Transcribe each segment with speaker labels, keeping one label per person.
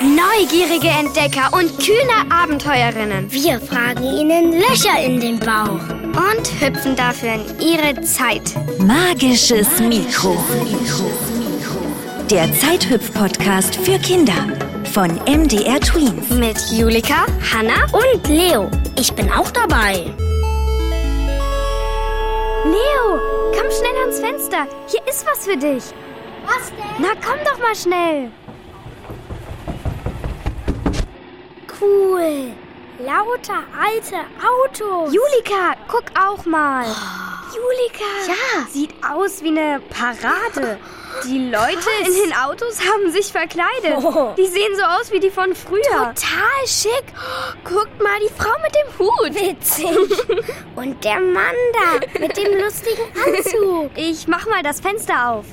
Speaker 1: Neugierige Entdecker und kühne Abenteuerinnen.
Speaker 2: Wir fragen ihnen Löcher in den Bauch.
Speaker 1: Und hüpfen dafür in ihre Zeit.
Speaker 3: Magisches Mikro. Der Zeithüpf-Podcast für Kinder von MDR Twins.
Speaker 1: Mit Julika, Hanna
Speaker 2: Und Leo, ich bin auch dabei.
Speaker 1: Leo. Komm schnell ans Fenster. Hier ist was für dich.
Speaker 4: Was denn?
Speaker 1: Na, komm doch mal schnell. Cool.
Speaker 2: Lauter alte Autos.
Speaker 1: Julika, guck auch mal.
Speaker 2: Julika.
Speaker 1: Ja. Sieht aus wie eine Parade. Die Leute in den Autos haben sich verkleidet.
Speaker 2: Oh.
Speaker 1: Die sehen so aus wie die von früher.
Speaker 2: Total schick.
Speaker 1: Guckt mal, die Frau mit dem Hut.
Speaker 2: Witzig. Und der Mann da mit dem lustigen Anzug.
Speaker 1: Ich mach mal das Fenster auf.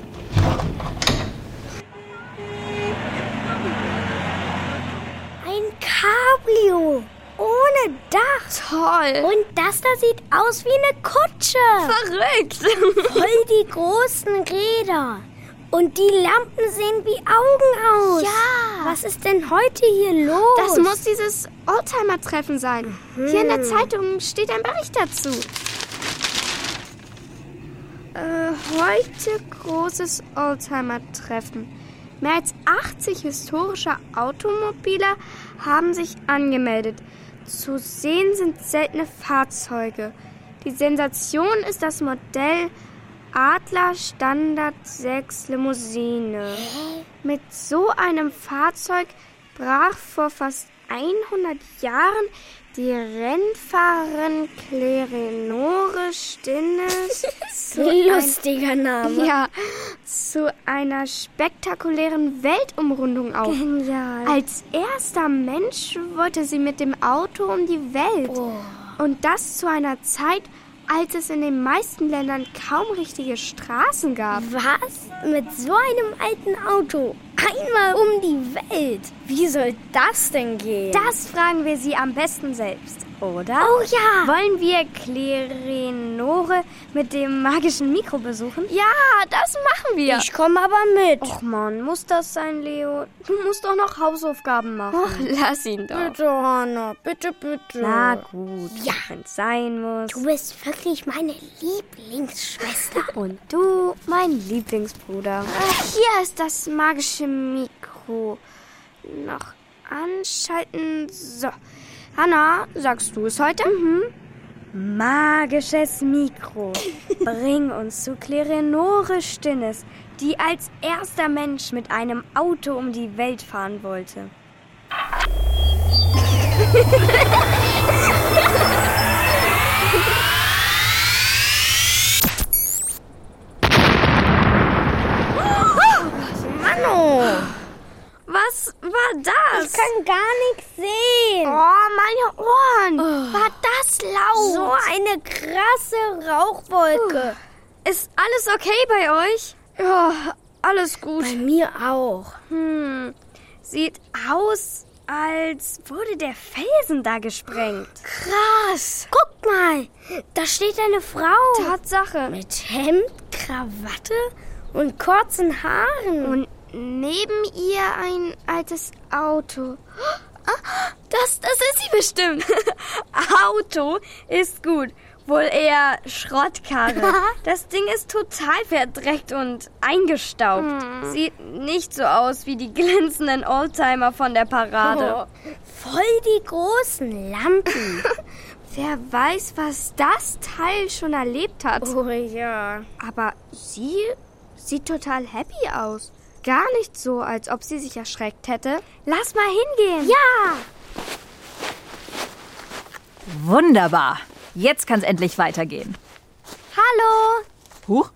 Speaker 2: Ein Cabrio. Ohne Dach.
Speaker 1: Toll.
Speaker 2: Und das da sieht aus wie eine Kutsche.
Speaker 1: Verrückt.
Speaker 2: Voll die großen Räder. Und die Lampen sehen wie Augen aus.
Speaker 1: Ja.
Speaker 2: Was ist denn heute hier los? Mhm.
Speaker 1: Das muss dieses Oldtimer-Treffen sein. Hier in der Zeitung steht ein Bericht dazu. Äh, heute großes Oldtimer-Treffen. Mehr als 80 historischer Automobiler haben sich angemeldet. Zu sehen sind seltene Fahrzeuge. Die Sensation ist das Modell Adler Standard 6 Limousine. Mit so einem Fahrzeug brach vor fast 100 Jahren die Rennfahrerin Clerenore Stinnes
Speaker 2: lustiger Name.
Speaker 1: ja, zu einer spektakulären Weltumrundung auf.
Speaker 2: Genial.
Speaker 1: Als erster Mensch wollte sie mit dem Auto um die Welt.
Speaker 2: Oh.
Speaker 1: Und das zu einer Zeit, als es in den meisten Ländern kaum richtige Straßen gab.
Speaker 2: Was? Mit so einem alten Auto? Einmal um die Welt. Wie soll das denn gehen?
Speaker 1: Das fragen wir sie am besten selbst, oder?
Speaker 2: oh ja.
Speaker 1: Wollen wir Clerenore mit dem magischen Mikro besuchen? Ja, das machen wir.
Speaker 2: Ich komme aber mit.
Speaker 1: Och Mann, muss das sein, Leo? Du musst doch noch Hausaufgaben machen. Ach, lass ihn doch.
Speaker 2: bitte, Hanna. Bitte, bitte.
Speaker 1: Na gut, ja. wenn's sein muss.
Speaker 2: du bist wirklich meine Lieblingsschwester.
Speaker 1: Und du, mein Lieblingsbruder. Hier ist das magische Mikro. Noch anschalten. So. Hanna, sagst du es heute? Mhm. Magisches Mikro. Bring uns zu Clerenore Stinnes, die als erster Mensch mit einem Auto um die Welt fahren wollte. Was war das?
Speaker 2: kann gar nichts
Speaker 1: oh,
Speaker 2: sehen.
Speaker 1: meine Ohren. War das laut?
Speaker 2: So eine krasse Rauchwolke.
Speaker 1: Ist alles okay bei euch? Hm. Ja, alles gut.
Speaker 2: Bei mir auch.
Speaker 1: Hm, sieht aus, als wurde der Felsen da gesprengt.
Speaker 2: Krass. Guck mal. Da steht eine Frau.
Speaker 1: Tatsache.
Speaker 2: Mit Hemd, Krawatte und kurzen Haaren.
Speaker 1: Und neben ihr ein altes Auto. Ah, Das, das ist sie bestimmt. Auto ist gut. Wohl eher Schrottkarre. Das Ding ist total verdreckt und eingestaubt. Sieht nicht so aus wie die glänzenden Oldtimer von der Parade.
Speaker 2: voll die großen Lampen.
Speaker 1: Wer weiß, was das Teil schon erlebt hat.
Speaker 2: oh ja.
Speaker 1: Aber sie sieht total happy aus. Gar nicht so, als ob sie sich erschreckt hätte. Lass mal hingehen.
Speaker 2: Ja,
Speaker 3: Wunderbar. Jetzt kann's endlich weitergehen.
Speaker 1: Hallo,
Speaker 5: Huch,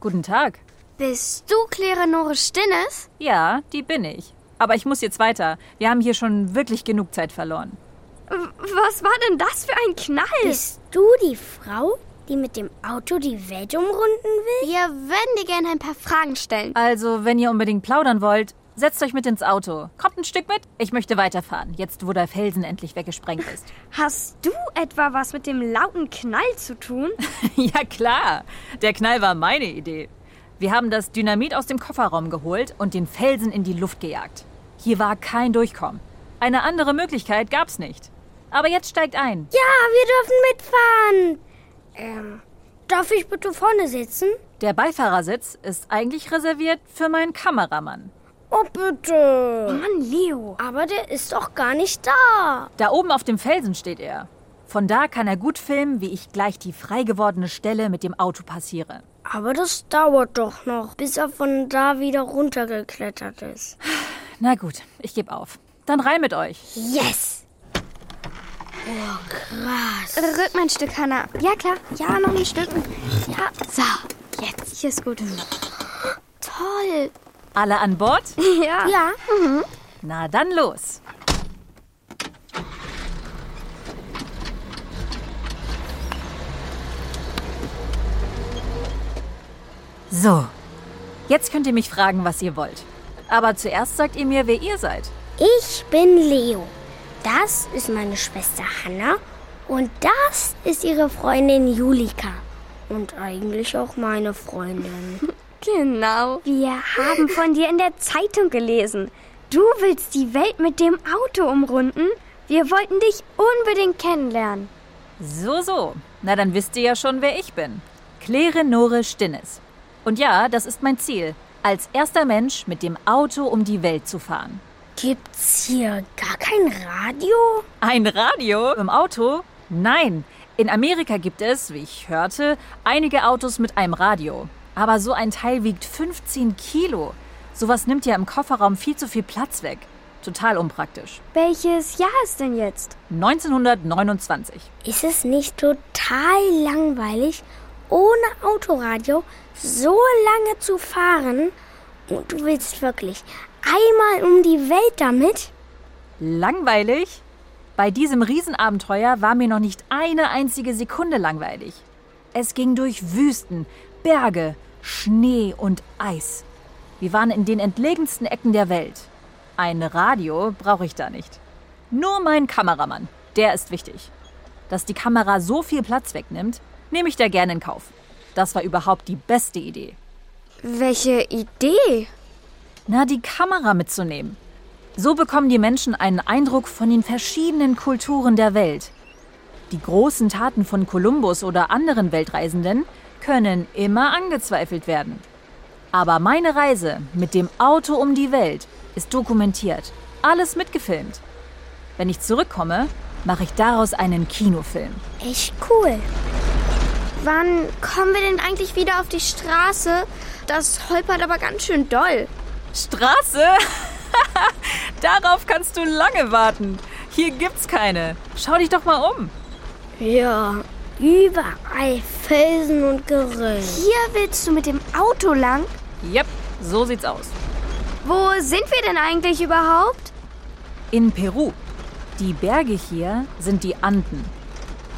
Speaker 5: guten Tag.
Speaker 1: bist du Clerenore Stinnes?
Speaker 5: Ja, die bin ich. Aber ich muss jetzt weiter. Wir haben hier schon wirklich genug Zeit verloren.
Speaker 1: Was war denn das für ein Knall?
Speaker 2: bist du die Frau, die mit dem Auto die Welt umrunden will?
Speaker 1: Wir würden dir gerne ein paar Fragen stellen.
Speaker 5: Also, wenn ihr unbedingt plaudern wollt, setzt euch mit ins Auto. Kommt ein Stück mit. Ich möchte weiterfahren, jetzt wo der Felsen endlich weggesprengt ist.
Speaker 1: Hast du etwa was mit dem lauten Knall zu tun?
Speaker 5: ja klar, der Knall war meine Idee. Wir haben das Dynamit aus dem Kofferraum geholt und den Felsen in die Luft gejagt. Hier war kein Durchkommen. Eine andere Möglichkeit gab's nicht. Aber jetzt steigt ein.
Speaker 2: Ja, wir dürfen mitfahren. Ähm, darf ich bitte vorne sitzen?
Speaker 5: Der Beifahrersitz ist eigentlich reserviert für meinen Kameramann.
Speaker 2: Oh, bitte.
Speaker 1: Mann, Leo.
Speaker 2: Aber der ist doch gar nicht da.
Speaker 5: Da oben auf dem Felsen steht er. Von da kann er gut filmen, wie ich gleich die frei gewordene Stelle mit dem Auto passiere.
Speaker 2: Aber das dauert doch noch, bis er von da wieder runtergeklettert ist.
Speaker 5: Na gut, ich gebe auf. Dann rein mit euch.
Speaker 2: Yes!
Speaker 1: Rück mein Stück, Hanna. Ja, klar. Ja, noch ein Stück. Ja. So, jetzt. Hier ist gut. Toll.
Speaker 5: Alle an Bord?
Speaker 1: Ja.
Speaker 2: Ja,
Speaker 5: Na dann los. So, jetzt könnt ihr mich fragen, was ihr wollt. Aber zuerst sagt ihr mir, wer ihr seid.
Speaker 2: ich bin Leo. Das ist meine Schwester Hanna und das ist ihre Freundin Julika. Und eigentlich auch meine Freundin.
Speaker 1: Genau. Wir haben von dir in der Zeitung gelesen. Du willst die Welt mit dem Auto umrunden? Wir wollten dich unbedingt kennenlernen.
Speaker 5: So, so. Na, dann wisst ihr ja schon, wer ich bin. Claire Nore Stinnes. Und ja, das ist mein Ziel, als erster Mensch mit dem Auto um die Welt zu fahren.
Speaker 2: Gibt's hier gar kein Radio?
Speaker 5: Ein Radio im Auto? Nein. In Amerika gibt es, wie ich hörte, einige Autos mit einem Radio. Aber so ein Teil wiegt 15 Kilo. Sowas nimmt ja im Kofferraum viel zu viel Platz weg. Total unpraktisch.
Speaker 1: Welches Jahr ist denn jetzt?
Speaker 5: 1929.
Speaker 2: Ist es nicht total langweilig, ohne Autoradio so lange zu fahren? Und du willst wirklich einmal um die Welt damit?
Speaker 5: Langweilig? Bei diesem Riesenabenteuer war mir noch nicht eine einzige Sekunde langweilig. Es ging durch Wüsten, Berge, Schnee und Eis. Wir waren in den entlegensten Ecken der Welt. Ein Radio brauche ich da nicht. Nur mein Kameramann, der ist wichtig. Dass die Kamera so viel Platz wegnimmt, nehme ich da gerne in Kauf. Das war überhaupt die beste Idee.
Speaker 1: Welche Idee?
Speaker 5: Na, die Kamera mitzunehmen. So bekommen die Menschen einen Eindruck von den verschiedenen Kulturen der Welt. Die großen Taten von Kolumbus oder anderen Weltreisenden können immer angezweifelt werden. Aber meine Reise mit dem Auto um die Welt ist dokumentiert, alles mitgefilmt. Wenn ich zurückkomme, mache ich daraus einen Kinofilm.
Speaker 2: Echt cool.
Speaker 1: Wann kommen wir denn eigentlich wieder auf die Straße? Das holpert aber ganz schön doll.
Speaker 5: Straße? Darauf kannst du lange warten. Hier gibt's keine. Schau dich doch mal um.
Speaker 2: Ja, überall Felsen und Geröll.
Speaker 1: Hier willst du mit dem Auto lang?
Speaker 5: Yep, so sieht's aus.
Speaker 1: Wo sind wir denn eigentlich überhaupt?
Speaker 5: In Peru. Die Berge hier sind die Anden.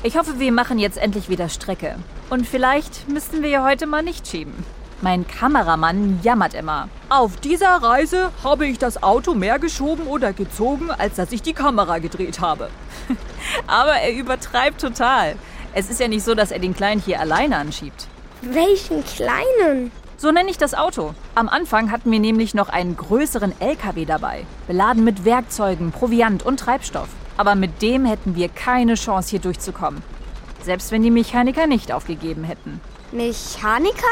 Speaker 5: Ich hoffe, wir machen jetzt endlich wieder Strecke. Und vielleicht müssten wir ja heute mal nicht schieben. Mein Kameramann jammert immer. Auf dieser Reise habe ich das Auto mehr geschoben oder gezogen, als dass ich die Kamera gedreht habe. Aber er übertreibt total. Es ist ja nicht so, dass er den Kleinen hier alleine anschiebt.
Speaker 2: Welchen kleinen?
Speaker 5: So nenne ich das Auto. Am Anfang hatten wir nämlich noch einen größeren LKW dabei, beladen mit Werkzeugen, Proviant und Treibstoff. Aber mit dem hätten wir keine Chance, hier durchzukommen. Selbst wenn die Mechaniker nicht aufgegeben hätten.
Speaker 1: Mechaniker?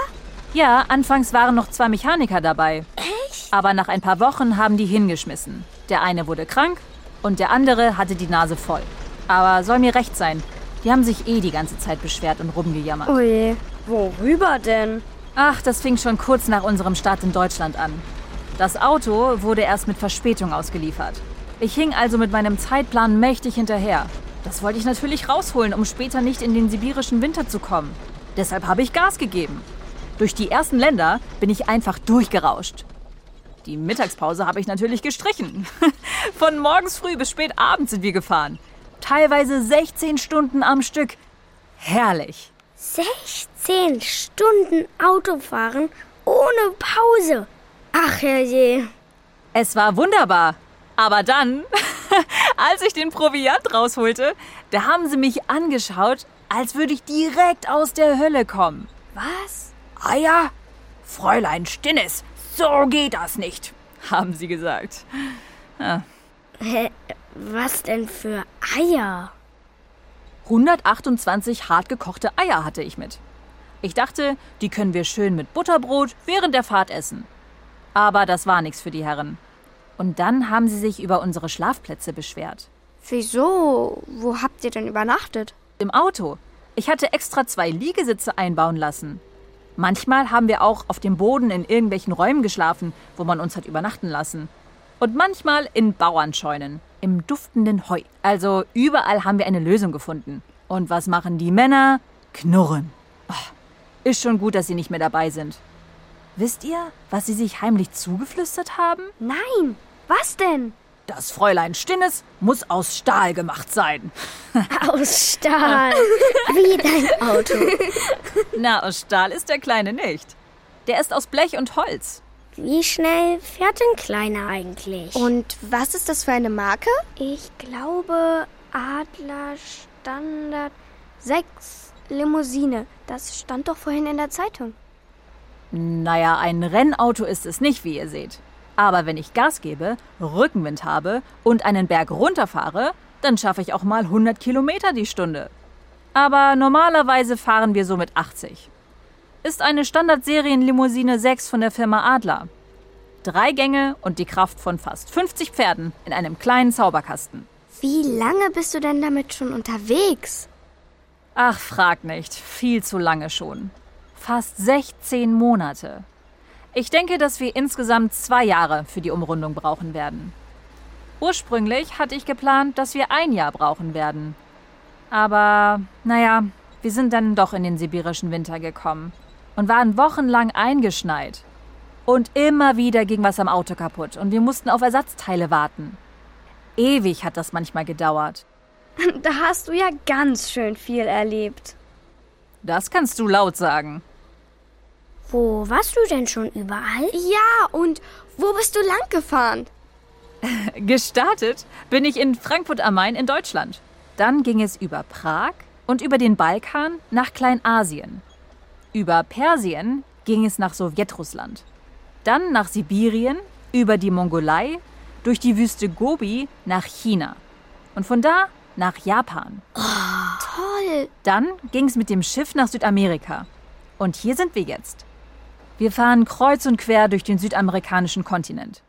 Speaker 5: Ja, anfangs waren noch zwei Mechaniker dabei. Echt? Aber nach ein paar Wochen haben die hingeschmissen. Der eine wurde krank und der andere hatte die Nase voll. Aber soll mir recht sein, die haben sich eh die ganze Zeit beschwert und rumgejammert.
Speaker 1: Ui, worüber denn?
Speaker 5: Ach, das fing schon kurz nach unserem Start in Deutschland an. Das Auto wurde erst mit Verspätung ausgeliefert. Ich hing also mit meinem Zeitplan mächtig hinterher. Das wollte ich natürlich rausholen, um später nicht in den sibirischen Winter zu kommen. Deshalb habe ich Gas gegeben. Durch die ersten Länder bin ich einfach durchgerauscht. Die Mittagspause habe ich natürlich gestrichen. Von morgens früh bis spät abends sind wir gefahren. Teilweise 16 Stunden am Stück. Herrlich.
Speaker 2: 16 Stunden Autofahren ohne Pause. Ach herrje.
Speaker 5: Es war wunderbar. Aber dann, als ich den Proviant rausholte, da haben sie mich angeschaut, als würde ich direkt aus der Hölle kommen.
Speaker 1: Was?
Speaker 5: Ah ja, Fräulein Stinnes, so geht das nicht, haben sie gesagt.
Speaker 2: Hä, was denn für Eier?
Speaker 5: 128 hart gekochte Eier hatte ich mit. Ich dachte, die können wir schön mit Butterbrot während der Fahrt essen. Aber das war nichts für die Herren. Und dann haben sie sich über unsere Schlafplätze beschwert.
Speaker 1: Wieso? Wo habt ihr denn übernachtet?
Speaker 5: Im Auto. Ich hatte extra zwei Liegesitze einbauen lassen. Manchmal haben wir auch auf dem Boden in irgendwelchen Räumen geschlafen, wo man uns hat übernachten lassen. Und manchmal in Bauernscheunen, im duftenden Heu. Also überall haben wir eine Lösung gefunden. Und was machen die Männer? Knurren. Ah, ist schon gut, dass sie nicht mehr dabei sind. Wisst ihr, was sie sich heimlich zugeflüstert haben?
Speaker 1: Nein, was denn?
Speaker 5: Das Fräulein Stinnes muss aus Stahl gemacht sein.
Speaker 2: Aus Stahl.
Speaker 1: Ah.
Speaker 2: Wie dein Auto.
Speaker 5: Na, aus Stahl ist der Kleine nicht. Der ist aus Blech und Holz.
Speaker 2: Wie schnell fährt ein Kleiner eigentlich?
Speaker 1: Und was ist das für eine Marke?
Speaker 2: ich glaube.
Speaker 1: glaube Adler Standard 6 Limousine. Das stand doch vorhin in der Zeitung.
Speaker 5: Naja, ein Rennauto ist es nicht, wie ihr seht. Aber wenn ich Gas gebe, Rückenwind habe und einen Berg runterfahre, dann schaffe ich auch mal 100 Kilometer die Stunde. Aber normalerweise fahren wir so mit 80. Ist eine Standardserienlimousine 6 von der Firma Adler. Drei Gänge und die Kraft von fast 50 Pferden in einem kleinen Zauberkasten.
Speaker 1: Wie lange bist du denn damit schon unterwegs?
Speaker 5: Ach, frag nicht. Viel zu lange schon. Fast 16 Monate. Ich denke, dass wir insgesamt zwei Jahre für die Umrundung brauchen werden. Ursprünglich hatte ich geplant, dass wir ein Jahr brauchen werden. Aber, naja, wir sind dann doch in den sibirischen Winter gekommen und waren wochenlang eingeschneit. Und immer wieder ging was am Auto kaputt und wir mussten auf Ersatzteile warten. Ewig hat das manchmal gedauert.
Speaker 1: Da hast du ja ganz schön viel erlebt.
Speaker 5: Das kannst du laut sagen.
Speaker 2: Wo warst du denn schon überall?
Speaker 1: Ja, und wo bist du lang gefahren?
Speaker 5: Gestartet bin ich in Frankfurt am Main in Deutschland. Dann ging es über Prag und über den Balkan nach Kleinasien. Über Persien ging es nach Sowjetrussland. Dann nach Sibirien, über die Mongolei, durch die Wüste Gobi nach China. Und von da nach Japan.
Speaker 1: Toll.
Speaker 5: Dann ging es mit dem Schiff nach Südamerika. Und hier sind wir jetzt. Wir fahren kreuz und quer durch den südamerikanischen Kontinent.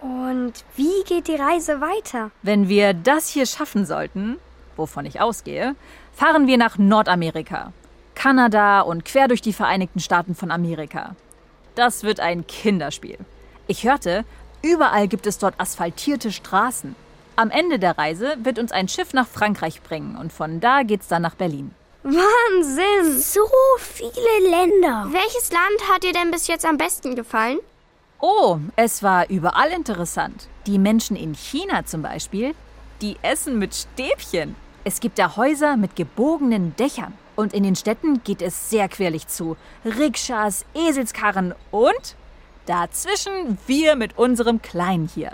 Speaker 1: Und wie geht die Reise weiter?
Speaker 5: Wenn wir das hier schaffen sollten, wovon ich ausgehe, fahren wir nach Nordamerika, Kanada und quer durch die Vereinigten Staaten von Amerika. Das wird ein Kinderspiel. Ich hörte, überall gibt es dort asphaltierte Straßen. Am Ende der Reise wird uns ein Schiff nach Frankreich bringen und von da geht's dann nach Berlin.
Speaker 1: Wahnsinn!
Speaker 2: So viele Länder.
Speaker 1: Welches Land hat dir denn bis jetzt am besten gefallen?
Speaker 5: Oh, es war überall interessant. Die Menschen in China zum Beispiel, die essen mit Stäbchen. Es gibt da Häuser mit gebogenen Dächern. Und in den Städten geht es sehr querlich zu. Rikschas, Eselskarren und dazwischen wir mit unserem Kleinen hier.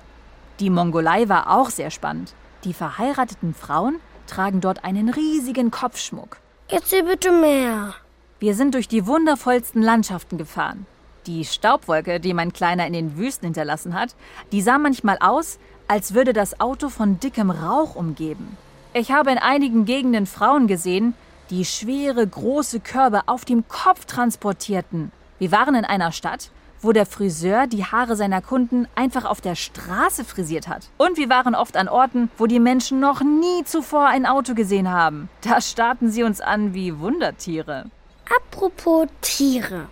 Speaker 5: Die Mongolei war auch sehr spannend. Die verheirateten Frauen tragen dort einen riesigen Kopfschmuck.
Speaker 2: Erzähl bitte mehr.
Speaker 5: Wir sind durch die wundervollsten Landschaften gefahren. Die Staubwolke, die mein Kleiner in den Wüsten hinterlassen hat, die sah manchmal aus, als würde das Auto von dickem Rauch umgeben. Ich habe in einigen Gegenden Frauen gesehen, die schwere, große Körbe auf dem Kopf transportierten. Wir waren in einer Stadt, wo der Friseur die Haare seiner Kunden einfach auf der Straße frisiert hat. Und wir waren oft an Orten, wo die Menschen noch nie zuvor ein Auto gesehen haben. Da starrten sie uns an wie Wundertiere.
Speaker 2: Apropos Tiere.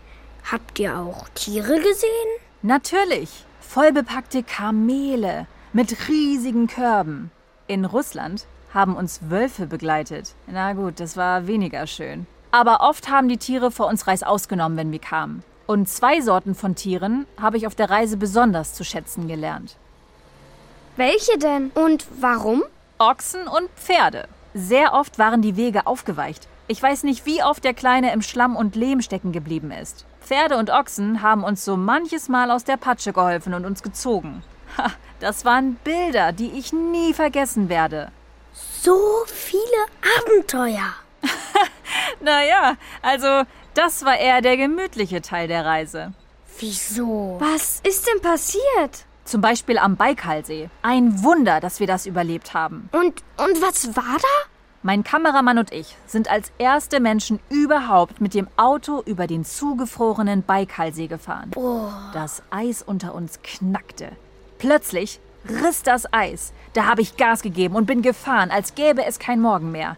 Speaker 2: Habt ihr auch Tiere gesehen?
Speaker 5: Natürlich, vollbepackte Kamele mit riesigen Körben. In Russland haben uns Wölfe begleitet. Na gut, das war weniger schön. Aber oft haben die Tiere vor uns Reißaus genommen, wenn wir kamen. Und zwei Sorten von Tieren habe ich auf der Reise besonders zu schätzen gelernt.
Speaker 1: Welche denn? Und warum?
Speaker 5: Ochsen und Pferde. Sehr oft waren die Wege aufgeweicht. Ich weiß nicht, wie oft der Kleine im Schlamm und Lehm stecken geblieben ist. Pferde und Ochsen haben uns so manches Mal aus der Patsche geholfen und uns gezogen. Ha, das waren Bilder, die ich nie vergessen werde.
Speaker 2: So viele Abenteuer.
Speaker 5: Naja, also das war eher der gemütliche Teil der Reise.
Speaker 2: Wieso?
Speaker 1: Was ist denn passiert?
Speaker 5: Zum Beispiel am Baikalsee. Ein Wunder, dass wir das überlebt haben.
Speaker 1: Und, und was war da?
Speaker 5: Mein Kameramann und ich sind als erste Menschen überhaupt mit dem Auto über den zugefrorenen Baikalsee gefahren. Das Eis unter uns knackte. Plötzlich riss das Eis. Da habe ich Gas gegeben und bin gefahren, als gäbe es kein Morgen mehr.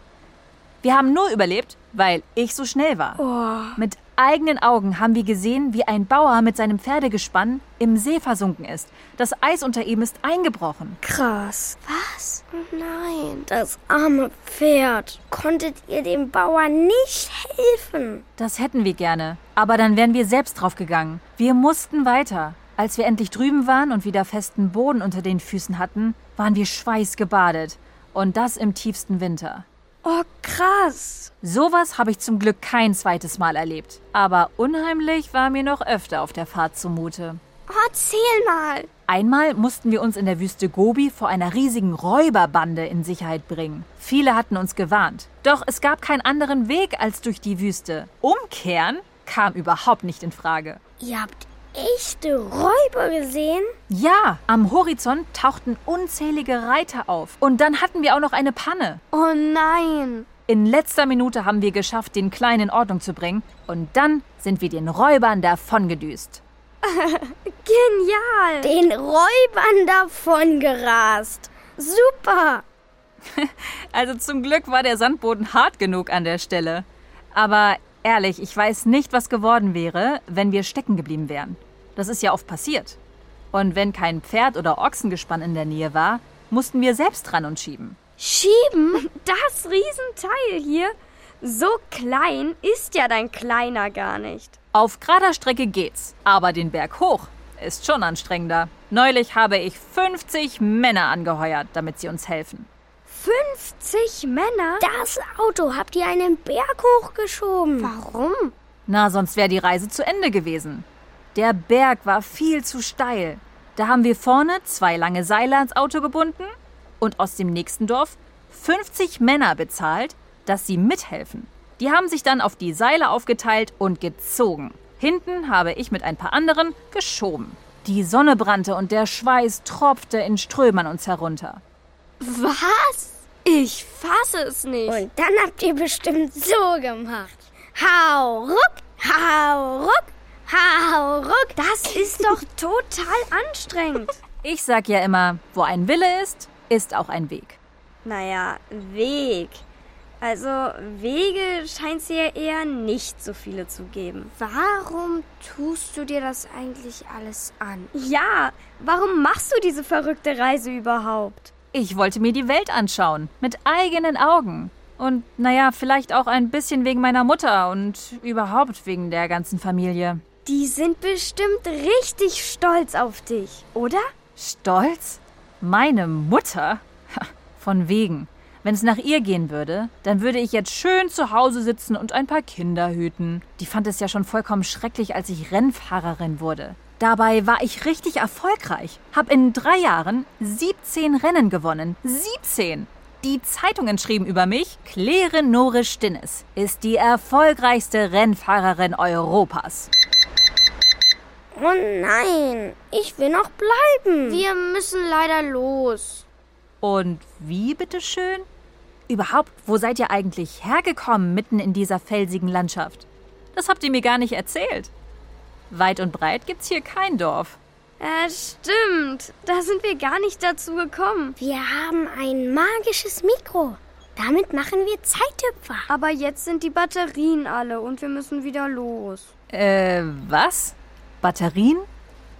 Speaker 5: Wir haben nur überlebt, weil ich so schnell war. Mit eigenen Augen haben wir gesehen, wie ein Bauer mit seinem Pferdegespann im See versunken ist. Das Eis unter ihm ist eingebrochen.
Speaker 2: Krass.
Speaker 1: Was? Nein.
Speaker 2: Das arme Pferd. Konntet ihr dem Bauer nicht helfen?
Speaker 5: Das hätten wir gerne, aber dann wären wir selbst draufgegangen. Wir mussten weiter. Als wir endlich drüben waren und wieder festen Boden unter den Füßen hatten, waren wir schweißgebadet. Und das im tiefsten Winter.
Speaker 1: Oh, krass.
Speaker 5: Sowas habe ich zum Glück kein zweites Mal erlebt. Aber unheimlich war mir noch öfter auf der Fahrt zumute.
Speaker 1: Oh, zähl mal.
Speaker 5: Einmal mussten wir uns in der Wüste Gobi vor einer riesigen Räuberbande in Sicherheit bringen. Viele hatten uns gewarnt. Doch es gab keinen anderen Weg als durch die Wüste. Umkehren kam überhaupt nicht in Frage.
Speaker 2: Ihr habt echte Räuber gesehen?
Speaker 5: Ja, am Horizont tauchten unzählige Reiter auf. Und dann hatten wir auch noch eine Panne.
Speaker 1: Oh nein.
Speaker 5: In letzter Minute haben wir geschafft, den Kleinen in Ordnung zu bringen. Und dann sind wir den Räubern davongedüst.
Speaker 1: Genial.
Speaker 2: Den Räubern davon gerast. Super.
Speaker 5: Also zum Glück war der Sandboden hart genug an der Stelle. Aber ehrlich, ich weiß nicht, was geworden wäre, wenn wir stecken geblieben wären. Das ist ja oft passiert. Und wenn kein Pferd oder Ochsengespann in der Nähe war, mussten wir selbst dran und schieben.
Speaker 1: Schieben? Das Riesenteil hier? So klein ist ja dein Kleiner gar nicht.
Speaker 5: Auf gerader Strecke geht's, aber den Berg hoch ist schon anstrengender. Neulich habe ich 50 Männer angeheuert, damit sie uns helfen.
Speaker 1: 50 Männer?
Speaker 2: Das Auto habt ihr einen Berg hochgeschoben.
Speaker 1: Warum?
Speaker 5: Na, sonst wäre die Reise zu Ende gewesen. Der Berg war viel zu steil. Da haben wir vorne zwei lange Seile ans Auto gebunden und aus dem nächsten Dorf 50 Männer bezahlt, dass sie mithelfen. Die haben sich dann auf die Seile aufgeteilt und gezogen. Hinten habe ich mit ein paar anderen geschoben. Die Sonne brannte und der Schweiß tropfte in Strömen an uns herunter.
Speaker 1: Was? Ich fasse es nicht.
Speaker 2: Und dann habt ihr bestimmt so gemacht. Hau ruck, hau ruck, hau ruck.
Speaker 1: Das ist doch total anstrengend.
Speaker 5: Ich sag ja immer, wo ein Wille ist, ist auch ein Weg.
Speaker 1: Naja, Weg. Also Wege scheint es ja eher nicht so viele zu geben.
Speaker 2: Warum tust du dir das eigentlich alles an?
Speaker 1: Ja, warum machst du diese verrückte Reise überhaupt?
Speaker 5: Ich wollte mir die Welt anschauen, mit eigenen Augen. Und naja, vielleicht auch ein bisschen wegen meiner Mutter und überhaupt wegen der ganzen Familie.
Speaker 1: Die sind bestimmt richtig stolz auf dich, oder?
Speaker 5: Stolz? Meine Mutter? Ha, Von wegen. Wenn es nach ihr gehen würde, dann würde ich jetzt schön zu Hause sitzen und ein paar Kinder hüten. Die fand es ja schon vollkommen schrecklich, als ich Rennfahrerin wurde. Dabei war ich richtig erfolgreich. Hab in drei Jahren 17 Rennen gewonnen. 17! Die Zeitungen schrieben über mich, Claire Nore Stinnes ist die erfolgreichste Rennfahrerin Europas.
Speaker 2: Oh nein, ich will noch bleiben.
Speaker 1: Wir müssen leider los.
Speaker 5: Und wie bitteschön? Überhaupt, wo seid ihr eigentlich hergekommen mitten in dieser felsigen Landschaft? Das habt ihr mir gar nicht erzählt. Weit und breit gibt's hier kein Dorf.
Speaker 1: Äh, stimmt. Da sind wir gar nicht dazu gekommen.
Speaker 2: Wir haben ein magisches Mikro. Damit machen wir Zeithüpfer.
Speaker 1: Aber jetzt sind die Batterien alle und wir müssen wieder los.
Speaker 5: Äh, was? Batterien?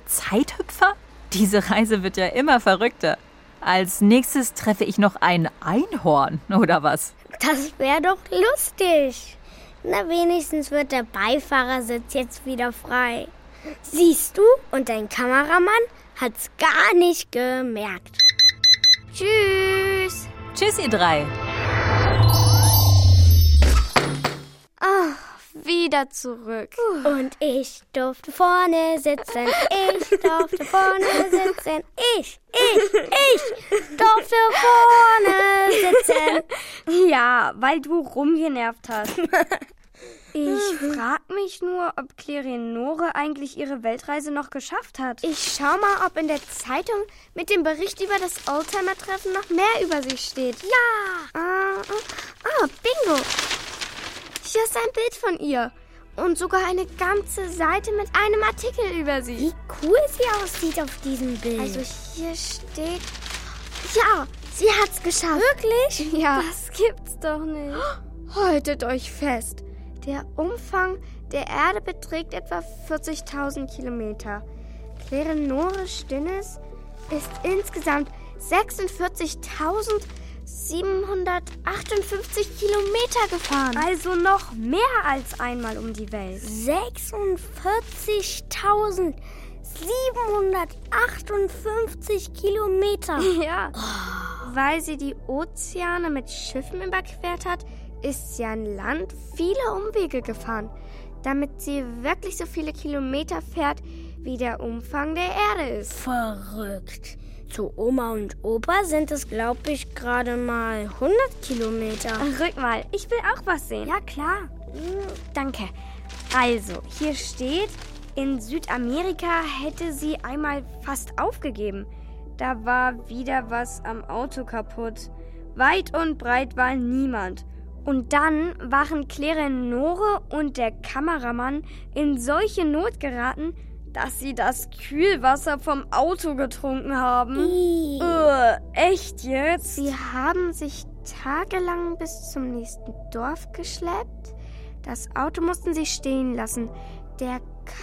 Speaker 5: Zeithüpfer? Diese Reise wird ja immer verrückter. Als nächstes treffe ich noch ein Einhorn, oder was?
Speaker 2: Das wäre doch lustig. Na, wenigstens wird der Beifahrersitz jetzt wieder frei. Siehst du, und dein Kameramann hat's gar nicht gemerkt.
Speaker 1: Tschüss.
Speaker 5: Tschüss, ihr drei.
Speaker 1: Wieder zurück.
Speaker 2: Und ich durfte vorne sitzen. Ich durfte vorne sitzen. Ich, ich, ich durfte vorne sitzen.
Speaker 1: Ja, weil du rumgenervt hast. Ich frag mich nur, ob Clerinore eigentlich ihre Weltreise noch geschafft hat.
Speaker 2: Ich schau mal, ob in der Zeitung mit dem Bericht über das Oldtimer-Treffen noch mehr über sie steht. Ja! Ah, ah, ah, bingo! Hier ist ein Bild von ihr. Und sogar eine ganze Seite mit einem Artikel über sie. Wie cool sie aussieht auf diesem Bild. Also hier steht. Ja, sie hat's geschafft. Wirklich? Ja.
Speaker 1: Das gibt's doch nicht. Haltet euch fest. Der Umfang der Erde beträgt etwa 40.000 Kilometer. Clerinore Stinnes ist insgesamt
Speaker 2: 46.758 Kilometer gefahren.
Speaker 1: also noch mehr als einmal um die Welt.
Speaker 2: 46.758 Kilometer.
Speaker 1: Ja. Weil sie die Ozeane mit Schiffen überquert hat, ist sie an Land viele Umwege gefahren, damit sie wirklich so viele Kilometer fährt, wie der Umfang der Erde ist.
Speaker 2: Verrückt. Zu Oma und Opa sind es, glaube ich, gerade mal 100 Kilometer.
Speaker 1: Rück mal, ich will auch was sehen. Ja, klar. Danke. Also, hier steht, in Südamerika hätte sie einmal fast aufgegeben. Da war wieder was am Auto kaputt. Weit und breit war niemand. Und dann waren Clerinore und der Kameramann in solche Not geraten, dass sie das Kühlwasser vom Auto getrunken haben.
Speaker 2: Ih.
Speaker 1: Äh, echt jetzt?
Speaker 2: Sie haben sich tagelang bis zum nächsten Dorf geschleppt.
Speaker 1: Das Auto mussten sie stehen lassen. Der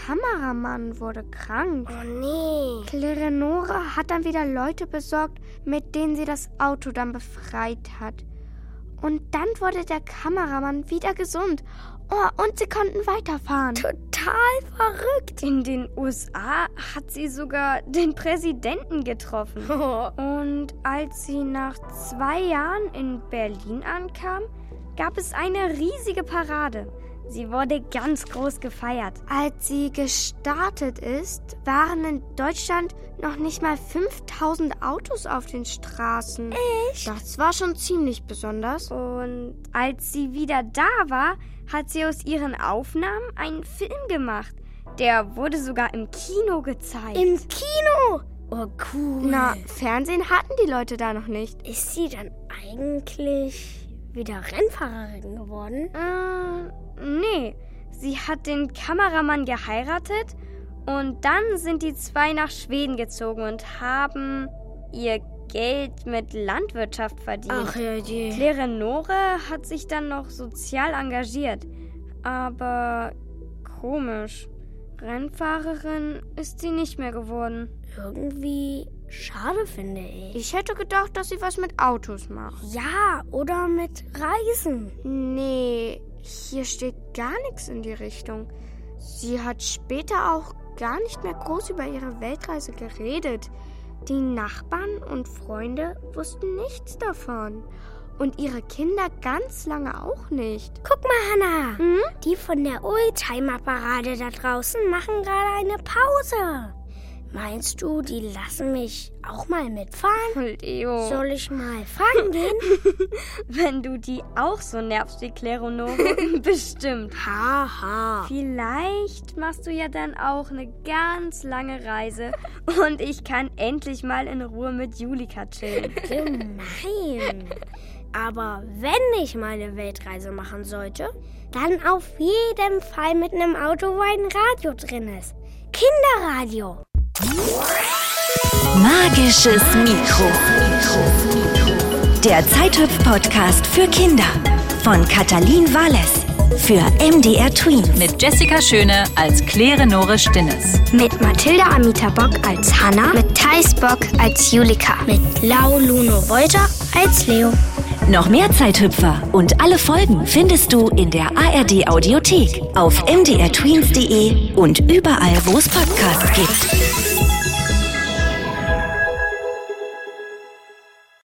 Speaker 1: Kameramann wurde krank.
Speaker 2: Oh nee.
Speaker 1: Clerenora hat dann wieder Leute besorgt, mit denen sie das Auto dann befreit hat. Und dann wurde der Kameramann wieder gesund. Oh, und sie konnten weiterfahren.
Speaker 2: Total verrückt.
Speaker 1: In den USA hat sie sogar den Präsidenten getroffen.
Speaker 2: Oh.
Speaker 1: Und als sie nach zwei Jahren in Berlin ankam, gab es eine riesige Parade. Sie wurde ganz groß gefeiert. Als sie gestartet ist, waren in Deutschland noch nicht mal 5000 Autos auf den Straßen. Echt? Das war schon ziemlich besonders. Und als sie wieder da war, hat sie aus ihren Aufnahmen einen Film gemacht. Der wurde sogar im Kino gezeigt.
Speaker 2: Im Kino. Oh cool.
Speaker 1: Na, Fernsehen hatten die Leute da noch nicht.
Speaker 2: ist sie dann eigentlich wieder Rennfahrerin geworden?
Speaker 1: Äh, nee. Sie hat den Kameramann geheiratet und dann sind die zwei nach Schweden gezogen und haben ihr Geld mit Landwirtschaft verdient.
Speaker 2: ja, je.
Speaker 1: Clerenore hat sich dann noch sozial engagiert. Aber komisch. Rennfahrerin ist sie nicht mehr geworden.
Speaker 2: Irgendwie schade, finde ich.
Speaker 1: Ich hätte gedacht, dass sie was mit Autos macht.
Speaker 2: Ja, oder mit Reisen.
Speaker 1: Nee, hier steht gar nichts in die Richtung. Sie hat später auch gar nicht mehr groß über ihre Weltreise geredet. Die Nachbarn und Freunde wussten nichts davon. Und ihre Kinder ganz lange auch nicht.
Speaker 2: Guck mal, Hanna. Die von der Oldtimer-Parade da draußen machen gerade eine Pause. Meinst du, die lassen mich auch mal mitfahren?
Speaker 1: Und Eo,
Speaker 2: Soll ich mal fragen gehen?
Speaker 1: wenn du die auch so nervst wie Cleronore, bestimmt.
Speaker 2: Haha.
Speaker 1: Vielleicht machst du ja dann auch eine ganz lange Reise und ich kann endlich mal in Ruhe mit Julika chillen.
Speaker 2: Nein. Aber wenn ich meine Weltreise machen sollte, dann auf jeden Fall mit einem Auto, wo ein Radio drin ist. Kinderradio.
Speaker 3: Magisches Mikro. Der Zeithüpf-Podcast für Kinder von Katalin Wales für MDR Tween.
Speaker 5: Mit Jessica Schöne als Clerenore Stinnes.
Speaker 2: Mit Mathilda Amita Bock als Hanna, mit Thais Bock als Julika, mit Lau Luno Wolter als Leo.
Speaker 3: Noch mehr Zeithüpfer und alle Folgen findest du in der ARD E Audiothek auf mdrtweens.de und überall, wo es Podcasts gibt.